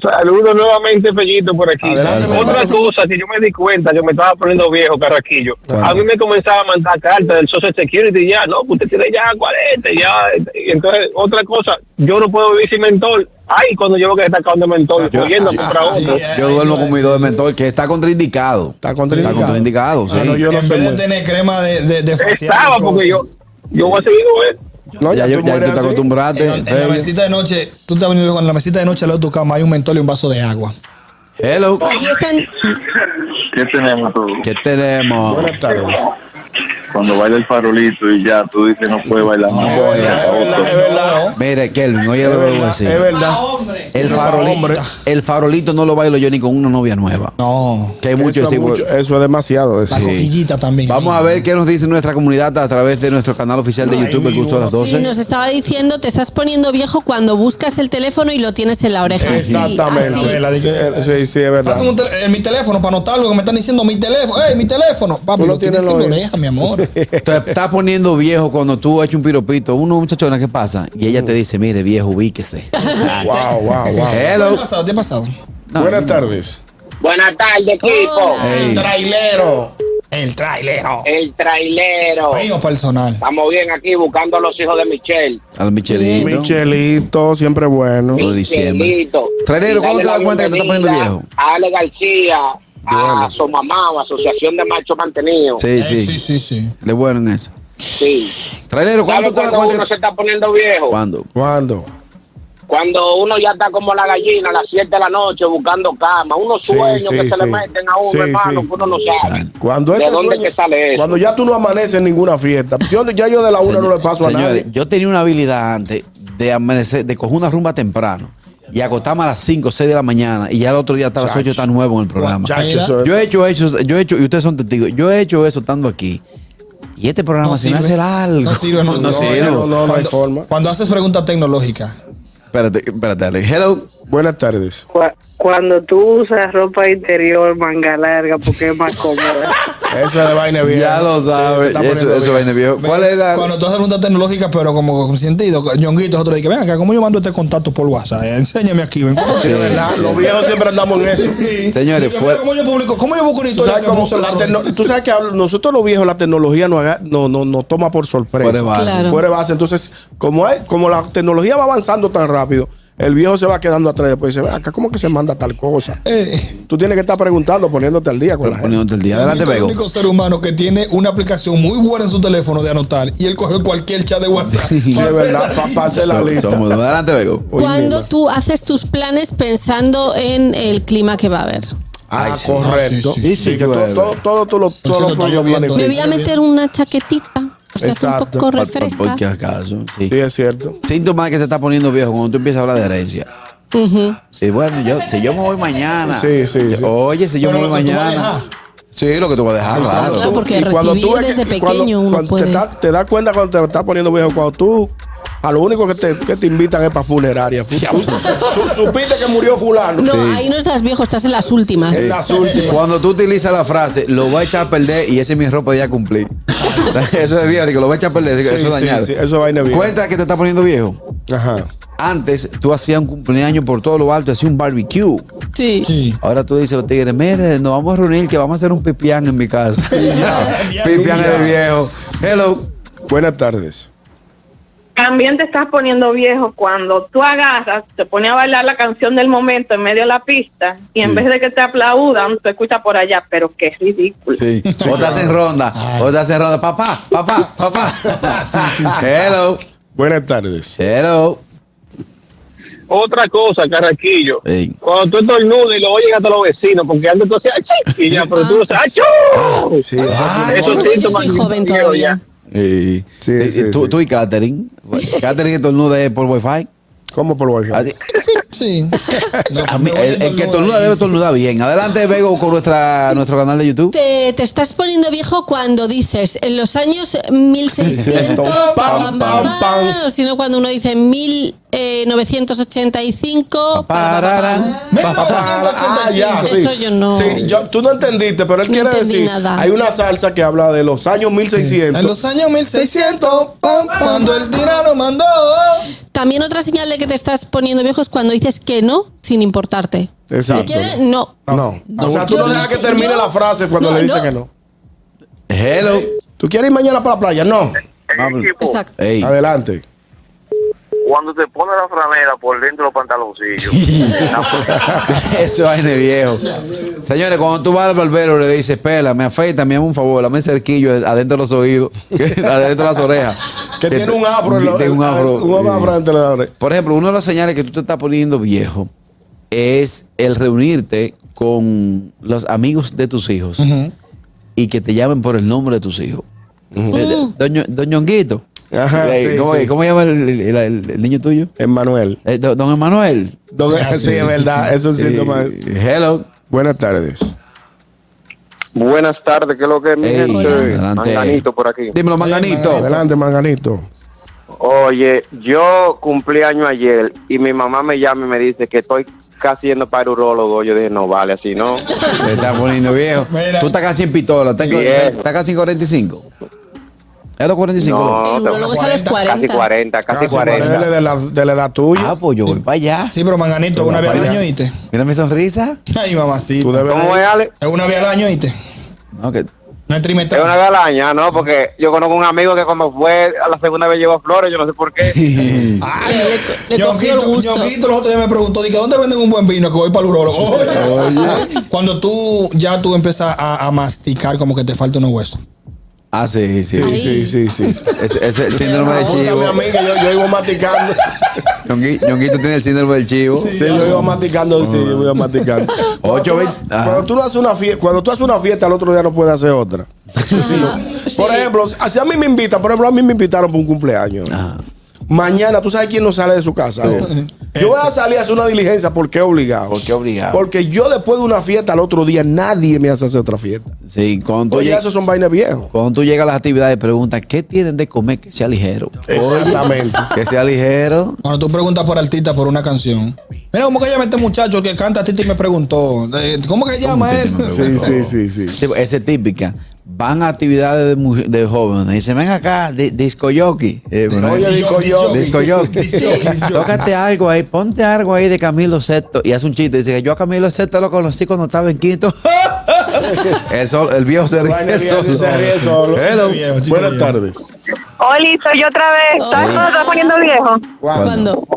[SPEAKER 9] Saludos nuevamente, Fellito, por aquí.
[SPEAKER 3] Adelante,
[SPEAKER 9] Otra
[SPEAKER 3] Fellito.
[SPEAKER 9] cosa que yo me di cuenta que me estaba poniendo viejo, Carraquillo.
[SPEAKER 2] ¿Cuándo?
[SPEAKER 9] A mí me comenzaba a mandar cartas del Social Security y ya, no, pues usted tiene ya 40, ya. Y entonces, otra cosa, yo no puedo vivir sin mentor. Ay, cuando yo veo que se está acabando el mentor,
[SPEAKER 2] Yo-
[SPEAKER 9] oyendo a
[SPEAKER 2] yo-
[SPEAKER 9] comprar
[SPEAKER 5] sí,
[SPEAKER 9] otro.
[SPEAKER 5] eh.
[SPEAKER 2] Yo
[SPEAKER 5] ahí
[SPEAKER 2] duermo
[SPEAKER 5] va,
[SPEAKER 2] con mi
[SPEAKER 5] sí.
[SPEAKER 2] dos de mentor, que está contraindicado.
[SPEAKER 3] Está contraindicado.
[SPEAKER 2] Está contraindicado, sí.
[SPEAKER 3] Ah, no, yo- no
[SPEAKER 5] en
[SPEAKER 3] sé
[SPEAKER 5] vez de
[SPEAKER 3] mucho.
[SPEAKER 5] tener crema de, de, de facial y
[SPEAKER 9] Estaba, porque
[SPEAKER 5] cosas.
[SPEAKER 9] yo, yo voy a seguir con él.
[SPEAKER 3] No,
[SPEAKER 2] ya, yo- ya tú te
[SPEAKER 3] Ah,
[SPEAKER 2] acostumbraste.
[SPEAKER 5] En, la- en la
[SPEAKER 2] Feli.
[SPEAKER 5] mesita de noche, tú te venido con la mesita de noche al lado de tu cama, hay un mentol y un vaso de agua.
[SPEAKER 2] Hello.
[SPEAKER 4] Aquí están.
[SPEAKER 9] ¿Qué tenemos tú?
[SPEAKER 2] ¿Qué tenemos?
[SPEAKER 3] Buenas tardes.
[SPEAKER 9] Cuando baila el farolito y ya, tú dices no puede bailar
[SPEAKER 2] más.
[SPEAKER 3] Es verdad, es verdad,
[SPEAKER 2] Mire, Kelvin, oye
[SPEAKER 3] es
[SPEAKER 2] lo que voy a
[SPEAKER 3] verdad. Es
[SPEAKER 2] decir.
[SPEAKER 3] verdad.
[SPEAKER 2] El
[SPEAKER 3] Hombre.
[SPEAKER 2] farolito, el farolito no lo bailo yo ni con una novia nueva.
[SPEAKER 5] No.
[SPEAKER 2] Que hay mucho,
[SPEAKER 3] Eso es
[SPEAKER 2] ese güey.
[SPEAKER 3] mucho, eso es demasiado
[SPEAKER 5] La
[SPEAKER 3] decir.
[SPEAKER 5] coquillita también.
[SPEAKER 2] Vamos a ver qué nos dice nuestra comunidad a través de nuestro canal oficial de
[SPEAKER 5] Ay,
[SPEAKER 2] YouTube, el gusto de las
[SPEAKER 5] mi
[SPEAKER 2] 12.
[SPEAKER 4] Sí, nos estaba diciendo, te estás poniendo viejo cuando buscas el teléfono y lo tienes en la oreja. así,
[SPEAKER 3] Exactamente.
[SPEAKER 4] así.
[SPEAKER 5] Vela,
[SPEAKER 3] Sí,
[SPEAKER 5] dice-
[SPEAKER 3] sí, sí, es verdad.
[SPEAKER 5] Pásame un tel- eh, mi teléfono para anotarlo que me están diciendo mi teléfono. ¡Ey, mi teléfono! Papi,
[SPEAKER 3] Tú lo
[SPEAKER 5] lo
[SPEAKER 3] tienes
[SPEAKER 5] tienes en la
[SPEAKER 3] en la
[SPEAKER 5] oreja, mi amor.
[SPEAKER 2] Te estás poniendo viejo cuando tú has hecho un piropito. Uno, muchachona, ¿qué pasa? Y ella te dice, mire, viejo, ubíquese.
[SPEAKER 3] Wow, wow, wow.
[SPEAKER 5] ¿Qué ha
[SPEAKER 2] Hello.
[SPEAKER 5] pasado? ¿Qué ha pasado?
[SPEAKER 3] Buenas tardes.
[SPEAKER 11] Buenas tardes, equipo.
[SPEAKER 4] Hola.
[SPEAKER 2] Hey.
[SPEAKER 3] Trailero.
[SPEAKER 5] El trailero.
[SPEAKER 11] El
[SPEAKER 3] Oh.
[SPEAKER 11] trailero.
[SPEAKER 5] Mío personal.
[SPEAKER 11] Estamos bien aquí buscando a los hijos de Michelle.
[SPEAKER 2] Al Michelito.
[SPEAKER 3] Michelito, siempre bueno.
[SPEAKER 2] Lo de siempre.
[SPEAKER 11] Michelito.
[SPEAKER 2] Trailero, ¿cuándo
[SPEAKER 11] Y
[SPEAKER 2] te das
[SPEAKER 11] dale la
[SPEAKER 2] cuenta que te estás poniendo
[SPEAKER 11] bienvenida
[SPEAKER 2] viejo?
[SPEAKER 11] A Ale García, a
[SPEAKER 3] Bueno.
[SPEAKER 11] su mamá, o Asociación de Machos Mantenidos.
[SPEAKER 2] Sí,
[SPEAKER 5] Eh,
[SPEAKER 2] sí.
[SPEAKER 5] sí, sí. sí.
[SPEAKER 2] Le bueno en eso.
[SPEAKER 11] Sí.
[SPEAKER 2] Trailero, ¿cuánto
[SPEAKER 11] ¿Sabes
[SPEAKER 2] te la
[SPEAKER 11] cuando uno
[SPEAKER 2] cuenta?
[SPEAKER 11] se está poniendo viejo?
[SPEAKER 2] ¿Cuándo?
[SPEAKER 3] ¿Cuándo?
[SPEAKER 11] Cuando uno ya está como la gallina a las 7 de la noche buscando cama, unos
[SPEAKER 3] Sí,
[SPEAKER 11] sueños
[SPEAKER 3] sí,
[SPEAKER 11] que se
[SPEAKER 3] sí.
[SPEAKER 11] le meten a uno,
[SPEAKER 3] Sí,
[SPEAKER 11] hermano,
[SPEAKER 3] sí.
[SPEAKER 11] que uno no sabe.
[SPEAKER 3] Cuando
[SPEAKER 11] ¿De
[SPEAKER 3] ese
[SPEAKER 11] dónde
[SPEAKER 3] sueño-
[SPEAKER 11] que sale eso?
[SPEAKER 3] Cuando ya tú no amaneces en ninguna fiesta. Yo, ya yo de la una no le paso a
[SPEAKER 2] Señores,
[SPEAKER 3] nadie.
[SPEAKER 2] yo tenía una habilidad antes de amanecer, de coger una rumba temprano y acostarme a las 5 o 6 de la mañana y ya el otro día hasta las 8 está nuevo en el programa.
[SPEAKER 3] Chacho, eso es-
[SPEAKER 2] Yo he hecho eso, yo he hecho, y ustedes son testigos, yo he hecho eso estando aquí. Y este programa
[SPEAKER 5] No
[SPEAKER 2] se me
[SPEAKER 5] sirve.
[SPEAKER 2] hace algo.
[SPEAKER 5] No sirve, no
[SPEAKER 2] No
[SPEAKER 5] sirve.
[SPEAKER 2] sirve.
[SPEAKER 3] No, no, no hay
[SPEAKER 5] Cuando-
[SPEAKER 3] forma.
[SPEAKER 5] Cuando haces preguntas tecnológicas.
[SPEAKER 2] Espérate, espérate, dale. Hello.
[SPEAKER 3] Buenas tardes.
[SPEAKER 8] Cua- Cuando tú usas ropa interior, manga larga, porque es más cómoda.
[SPEAKER 3] Eso es de vaina bien.
[SPEAKER 2] Ya lo sabes. Eso, eso viene viejo. ¿Cuál es la-
[SPEAKER 5] Cuando tú haces preguntas tecnológicas, pero como con sentido, ñonguito, otro dije, ven acá, ¿cómo yo mando este contacto por WhatsApp? Eh, Enséñame aquí, ven. ¿Cómo
[SPEAKER 2] Sí,
[SPEAKER 5] se ve?"
[SPEAKER 3] Ah,
[SPEAKER 2] sí.
[SPEAKER 3] Los viejos siempre andamos en eso.
[SPEAKER 5] Sí.
[SPEAKER 2] Señores,
[SPEAKER 5] Digo,
[SPEAKER 2] fue-
[SPEAKER 5] "Mira, ¿Cómo yo publico? ¿Cómo yo busco una
[SPEAKER 3] Tú
[SPEAKER 5] historia
[SPEAKER 3] sabes,
[SPEAKER 5] que
[SPEAKER 3] cómo
[SPEAKER 5] produce
[SPEAKER 3] la
[SPEAKER 5] la
[SPEAKER 3] tecno-
[SPEAKER 5] rodilla?
[SPEAKER 3] tú sabes que a nosotros los viejos la tecnología nos aga- no, no, no toma por sorpresa.
[SPEAKER 2] Fuera de base.
[SPEAKER 4] Claro.
[SPEAKER 3] Fuera de base. Entonces, como, es, como la tecnología va avanzando tan rápido, el viejo se va quedando atrás. Después dice, "Ven acá, ¿cómo que se manda tal cosa?
[SPEAKER 5] Eh,
[SPEAKER 3] Tú tienes que estar preguntando, poniéndote al día con la gente.
[SPEAKER 2] Poniéndote el día. Adelante,
[SPEAKER 5] el
[SPEAKER 2] Bego.
[SPEAKER 5] único ser humano que tiene una aplicación muy buena en su teléfono de anotar y él coge cualquier chat de WhatsApp.
[SPEAKER 3] Sí, de verdad, pa- pa' hacer la
[SPEAKER 2] So-
[SPEAKER 3] lista.
[SPEAKER 2] somos dos. Adelante, Bego.
[SPEAKER 3] Oye,
[SPEAKER 4] Cuando
[SPEAKER 3] mira.
[SPEAKER 4] tú haces tus planes pensando en el clima que va a haber.
[SPEAKER 3] Ah,
[SPEAKER 2] Ay, sí.
[SPEAKER 3] correcto.
[SPEAKER 5] Ah, sí,
[SPEAKER 3] Sí,
[SPEAKER 5] sí,
[SPEAKER 2] sí,
[SPEAKER 3] que
[SPEAKER 2] bueno.
[SPEAKER 3] todo, todo, todo, tú lo- todo
[SPEAKER 5] cierto,
[SPEAKER 3] lo
[SPEAKER 5] está
[SPEAKER 3] puedes
[SPEAKER 5] lloviendo.
[SPEAKER 4] Me
[SPEAKER 3] planificar.
[SPEAKER 4] voy a meter una chaquetita, o sea, que un
[SPEAKER 3] Exacto.
[SPEAKER 4] poco
[SPEAKER 2] Pa- pa-
[SPEAKER 4] refresca.
[SPEAKER 2] ¿Por qué acaso? Sí.
[SPEAKER 3] Sí, es cierto.
[SPEAKER 2] Síntomas que se está poniendo viejo cuando tú empiezas a hablar de herencia.
[SPEAKER 4] Ujú.
[SPEAKER 2] Y bueno, yo, si yo me voy mañana.
[SPEAKER 3] Sí, sí, sí.
[SPEAKER 2] Oye, si yo me
[SPEAKER 5] Pero
[SPEAKER 2] voy
[SPEAKER 5] lo que tú vas a
[SPEAKER 2] mañana. Sí, lo que tú vas a dejar, claro.
[SPEAKER 4] Claro, porque
[SPEAKER 3] Y cuando tú
[SPEAKER 4] recibir
[SPEAKER 3] ves que-
[SPEAKER 4] desde
[SPEAKER 3] y cuando-
[SPEAKER 4] pequeño uno
[SPEAKER 3] cuando
[SPEAKER 4] puede.
[SPEAKER 3] Te, da- te das cuenta cuando te estás poniendo viejo, cuando tú a lo único que te, que te invitan es para funeraria. Fu- su- supiste que murió fulano.
[SPEAKER 4] No, ahí no estás viejo, estás en las últimas.
[SPEAKER 3] En las últimas.
[SPEAKER 2] Cuando tú utilizas la frase, lo voy a echar a perder y ese es mi ropa ya cumplí. eso es viejo, digo, lo voy a echar a perder, digo,
[SPEAKER 3] Sí,
[SPEAKER 2] eso es
[SPEAKER 3] sí,
[SPEAKER 2] dañar.
[SPEAKER 3] sí, eso es vaina vieja.
[SPEAKER 2] Cuenta que te está poniendo viejo.
[SPEAKER 3] Ajá.
[SPEAKER 2] Antes tú hacías un cumpleaños por todo lo alto, hacías un barbecue.
[SPEAKER 4] Sí.
[SPEAKER 5] Sí.
[SPEAKER 2] Ahora tú dices a los tigres, mire, nos vamos a reunir que vamos a hacer un pipián en mi casa. pipián es de viejo. Hello.
[SPEAKER 3] Buenas tardes.
[SPEAKER 8] También te estás poniendo viejo cuando tú agarras, te pones a bailar la canción del momento en medio de la pista y en
[SPEAKER 2] Sí.
[SPEAKER 8] vez de que te aplaudan, te escuchas por allá, pero qué ridículo.
[SPEAKER 2] Sí. O te hacen ronda. O te hacen ronda. Papá, papá, papá. Hello.
[SPEAKER 3] Buenas tardes.
[SPEAKER 2] Hello.
[SPEAKER 9] Otra cosa, Carraquillo.
[SPEAKER 2] Ey.
[SPEAKER 9] Cuando tú estornudas y lo oyen hasta los vecinos, porque antes tú hacías achí, y ya, pero tú dices achú.
[SPEAKER 3] Sí, eso
[SPEAKER 2] Ah,
[SPEAKER 3] sí.
[SPEAKER 9] Eso
[SPEAKER 4] pues yo
[SPEAKER 9] te hizo
[SPEAKER 4] soy
[SPEAKER 9] más
[SPEAKER 4] joven
[SPEAKER 9] viejo
[SPEAKER 4] todavía.
[SPEAKER 9] ya.
[SPEAKER 2] Sí,
[SPEAKER 3] Sí,
[SPEAKER 2] Y- y
[SPEAKER 3] sí,
[SPEAKER 2] tú,
[SPEAKER 3] sí.
[SPEAKER 2] tú y Katherine. Katherine estornuda es por wifi.
[SPEAKER 3] ¿Cómo por Wi-Fi?
[SPEAKER 2] A ti-
[SPEAKER 5] Sí. No,
[SPEAKER 2] a mí,
[SPEAKER 5] me voy
[SPEAKER 2] el, el que
[SPEAKER 5] yendo
[SPEAKER 2] estornuda
[SPEAKER 5] ahí.
[SPEAKER 2] debe estornudar bien. Adelante, Vego, con nuestra, nuestro canal de YouTube.
[SPEAKER 4] Te, te estás poniendo viejo cuando dices en los años 1600,
[SPEAKER 3] Pam,
[SPEAKER 4] pam, pam,
[SPEAKER 3] pam,
[SPEAKER 4] pam, sino cuando uno dice eh, 1985. pa, pa, pa, pa.
[SPEAKER 2] Pararán.
[SPEAKER 5] Mira,
[SPEAKER 3] Ah, ya, sí.
[SPEAKER 4] Eso yo no.
[SPEAKER 3] Sí, yo- tú no entendiste, pero él
[SPEAKER 4] No
[SPEAKER 3] quiere
[SPEAKER 4] entendí
[SPEAKER 3] decir,
[SPEAKER 4] nada.
[SPEAKER 3] hay una salsa que habla de los años 1600.
[SPEAKER 5] En los años 1600, pam, cuando el tirano mandó.
[SPEAKER 4] También otra señal de que te estás poniendo viejo es cuando dices que no sin importarte.
[SPEAKER 3] Exacto.
[SPEAKER 4] ¿Me quieres? No.
[SPEAKER 3] No. O sea, tú
[SPEAKER 4] Yo
[SPEAKER 3] no dejas que
[SPEAKER 4] dije-
[SPEAKER 3] termine
[SPEAKER 4] yo-
[SPEAKER 3] la frase cuando
[SPEAKER 4] No,
[SPEAKER 3] le dicen
[SPEAKER 4] no.
[SPEAKER 3] que no.
[SPEAKER 2] Hello.
[SPEAKER 3] ¿Tú quieres ir mañana para la playa? No.
[SPEAKER 2] Vamos.
[SPEAKER 4] Exacto.
[SPEAKER 2] Ey.
[SPEAKER 3] Adelante.
[SPEAKER 11] Cuando te pones la franela por dentro de los pantaloncillos.
[SPEAKER 2] Eso es vaina de viejo. Señores, cuando tú vas al barbero le dices, pela, me afeita, me hago un favor, dame el cerquillo adentro de los oídos, adentro de las orejas.
[SPEAKER 3] Que tiene un afro. en la-
[SPEAKER 2] Tiene un afro.
[SPEAKER 3] Un
[SPEAKER 2] eh.
[SPEAKER 3] afro entre la oreja.
[SPEAKER 2] Por ejemplo, uno de los señales que tú te estás poniendo viejo es el reunirte con los amigos de tus hijos y que te llamen por el nombre de tus hijos.
[SPEAKER 11] Uh.
[SPEAKER 2] Eh, Doño- Don Ñonguito.
[SPEAKER 3] Ajá,
[SPEAKER 2] Eh,
[SPEAKER 3] Ah, sí,
[SPEAKER 2] ¿Cómo,
[SPEAKER 3] sí.
[SPEAKER 2] cómo llama el, el- el- el niño tuyo?
[SPEAKER 3] Emanuel.
[SPEAKER 2] Eh, don don Emanuel.
[SPEAKER 3] Don- Sí,
[SPEAKER 5] sí,
[SPEAKER 3] es
[SPEAKER 5] sí,
[SPEAKER 3] verdad.
[SPEAKER 5] sí.
[SPEAKER 3] Es un
[SPEAKER 2] Eh,
[SPEAKER 3] síntoma.
[SPEAKER 2] hello.
[SPEAKER 3] Buenas tardes.
[SPEAKER 11] Buenas tardes, ¿qué es lo que es, mi
[SPEAKER 2] Ey,
[SPEAKER 11] gente?
[SPEAKER 2] adelante.
[SPEAKER 11] Manganito por aquí.
[SPEAKER 2] Dímelo, Manganito.
[SPEAKER 3] Adelante, Manganito.
[SPEAKER 11] Oye, yo cumplí año ayer y mi mamá me llama y me dice que estoy casi yendo para urólogo. Yo dije, no vale, así no.
[SPEAKER 2] Te estás poniendo viejo.
[SPEAKER 5] Mira.
[SPEAKER 2] Tú estás casi en pistola. Estás, en-
[SPEAKER 11] Viejo.
[SPEAKER 2] estás casi en 45. ¿Es los 45?
[SPEAKER 11] No,
[SPEAKER 4] El urólogo es a los 40.
[SPEAKER 11] Casi 40, casi 40.
[SPEAKER 3] Él es De la, de la edad tuya.
[SPEAKER 2] Ah, pues yo voy para allá.
[SPEAKER 5] Sí, pero manganito, una vez al año, ¿oíste?
[SPEAKER 2] Mira mi sonrisa.
[SPEAKER 5] Ay,
[SPEAKER 3] Tú
[SPEAKER 5] mamacita.
[SPEAKER 3] debes.
[SPEAKER 11] ¿Cómo es, Ale?
[SPEAKER 5] Es una vez al año, ¿oíste?
[SPEAKER 2] No, que
[SPEAKER 5] No
[SPEAKER 11] Es
[SPEAKER 5] es
[SPEAKER 11] una
[SPEAKER 5] trimestral.
[SPEAKER 11] galaña, ¿no? Porque yo conozco un amigo que cuando fue a la segunda vez llevó a Flores, yo no sé por qué.
[SPEAKER 5] Ay,
[SPEAKER 4] Le- le cogió el gusto.
[SPEAKER 5] Ñonguito los otros días me preguntó, dije, ¿dónde venden un buen vino? Que voy para el urólogo. Oye. Cuando tú ya tú empiezas a, a masticar como que te falta unos huesos.
[SPEAKER 2] Ah, sí, sí.
[SPEAKER 3] Sí, sí, sí, sí. sí.
[SPEAKER 2] Ese, ese es el síndrome del
[SPEAKER 3] Pregúntame
[SPEAKER 2] chivo.
[SPEAKER 3] a mí, que yo, yo iba masticando.
[SPEAKER 2] Ñongui- Ñonguito tiene el síndrome del chivo.
[SPEAKER 3] Sí, yo iba masticando, sí, yo iba masticando.
[SPEAKER 2] Ocho,
[SPEAKER 3] Cuando
[SPEAKER 2] veinte-
[SPEAKER 3] tú, cuando, tú no haces una fiesta, cuando tú haces una fiesta, al otro día no puedes hacer otra. Por ejemplo, si a mí me invitan, por ejemplo, a mí me invitaron para un cumpleaños. Mañana, ¿tú sabes quién no sale de su casa? Yo voy a salir a hacer una diligencia porque obligado.
[SPEAKER 2] ¿Por qué obligado?
[SPEAKER 3] Porque yo después de una fiesta al otro día nadie me hace hacer otra fiesta.
[SPEAKER 2] Sí, cuando tú,
[SPEAKER 3] Oye,
[SPEAKER 2] lleg-
[SPEAKER 3] esos son vainas viejas.
[SPEAKER 2] cuando tú llegas a las actividades, preguntas, ¿qué tienen de comer que sea ligero?
[SPEAKER 3] Exactamente.
[SPEAKER 2] Oye, que sea ligero.
[SPEAKER 5] Cuando tú preguntas por artista por una canción. Mira, ¿cómo que llama este muchacho que canta Titi me preguntó? Eh, ¿Cómo que llama él?
[SPEAKER 3] Sí, sí, sí, sí.
[SPEAKER 2] Sí, Esa es típica. Van a actividades de, mu- de jóvenes y dicen, ven acá, di- disco jockey. Eh, bueno,
[SPEAKER 3] Oye, disco jockey.
[SPEAKER 2] Disco jockey.
[SPEAKER 5] Disco jockey.
[SPEAKER 2] Tócate algo ahí, ponte algo ahí de Camilo Sesto. Y hace un chiste, dice que yo a Camilo Sesto lo conocí cuando estaba en quinto. el, sol- el viejo se ríe,
[SPEAKER 3] Vaina
[SPEAKER 2] el
[SPEAKER 3] vieja,
[SPEAKER 2] solo.
[SPEAKER 3] se ríe solo.
[SPEAKER 2] Hello.
[SPEAKER 5] Viejo, chiste
[SPEAKER 3] Buenas
[SPEAKER 5] viejo.
[SPEAKER 3] tardes.
[SPEAKER 6] Oli, soy yo otra vez. ¿Sabes cuando te estás poniendo viejo?
[SPEAKER 4] ¿Cuándo?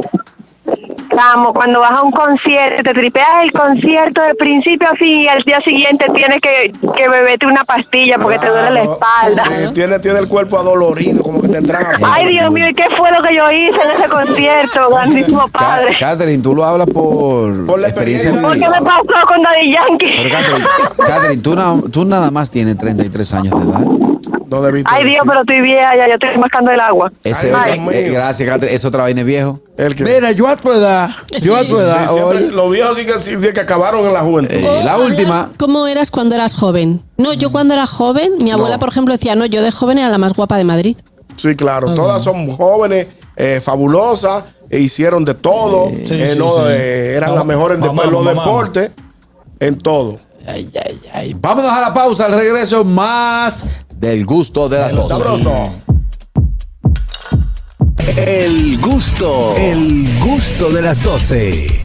[SPEAKER 6] Vamos, cuando vas a un concierto, te tripeas el concierto de principio a fin y al día siguiente tienes que, que beberte una pastilla porque te duele la
[SPEAKER 3] Claro.
[SPEAKER 6] espalda.
[SPEAKER 3] Sí, Eh, tiene, tiene el cuerpo adolorido, como que te entran a
[SPEAKER 6] Ay, Dios mío, ¿y qué fue lo que yo hice en ese concierto, grandísimo
[SPEAKER 2] Ca-
[SPEAKER 6] padre?
[SPEAKER 2] Catherine, tú lo hablas por,
[SPEAKER 3] Por la experiencia
[SPEAKER 6] ¿Por qué
[SPEAKER 2] de vida.
[SPEAKER 6] me pasó con Daddy Yankee?
[SPEAKER 2] Pero Catherine, Catherine, tú, na- tú nada más tienes 33 años de edad.
[SPEAKER 3] No debiste
[SPEAKER 6] Ay, Dios,
[SPEAKER 3] decir.
[SPEAKER 6] pero estoy vieja, ya yo estoy mascando el agua.
[SPEAKER 2] Ese
[SPEAKER 3] Ay,
[SPEAKER 2] otro-
[SPEAKER 3] Dios mío.
[SPEAKER 2] eh, gracias, Catherine. Es otra vaina viejo.
[SPEAKER 3] El que-
[SPEAKER 10] Mira, yo a tu edad.
[SPEAKER 2] Yo
[SPEAKER 5] pues,
[SPEAKER 2] a tu edad,
[SPEAKER 3] Sí, siempre-
[SPEAKER 2] oye,
[SPEAKER 3] los viejos sí que, sí que acabaron en la juventud.
[SPEAKER 2] Eh, la
[SPEAKER 4] Habla
[SPEAKER 2] última. Mm.
[SPEAKER 4] ¿Cómo eras cuando eras joven? No, yo cuando era joven, mi abuela, por ejemplo, decía, no, yo de joven era la más guapa de Madrid.
[SPEAKER 3] Sí, claro.
[SPEAKER 5] Ah.
[SPEAKER 3] Todas son jóvenes, eh, fabulosas, e hicieron de todo.
[SPEAKER 5] Sí,
[SPEAKER 3] eh,
[SPEAKER 5] sí,
[SPEAKER 3] no,
[SPEAKER 5] sí.
[SPEAKER 3] eh, eran
[SPEAKER 5] Mamá,
[SPEAKER 3] las mejores en
[SPEAKER 5] mamá,
[SPEAKER 3] de- los
[SPEAKER 5] mamá.
[SPEAKER 3] deportes, en todo.
[SPEAKER 2] Ay, ay, ay. Vámonos a la pausa, al regreso más del gusto de las 12.
[SPEAKER 3] Sabroso.
[SPEAKER 1] El gusto, el gusto de las 12.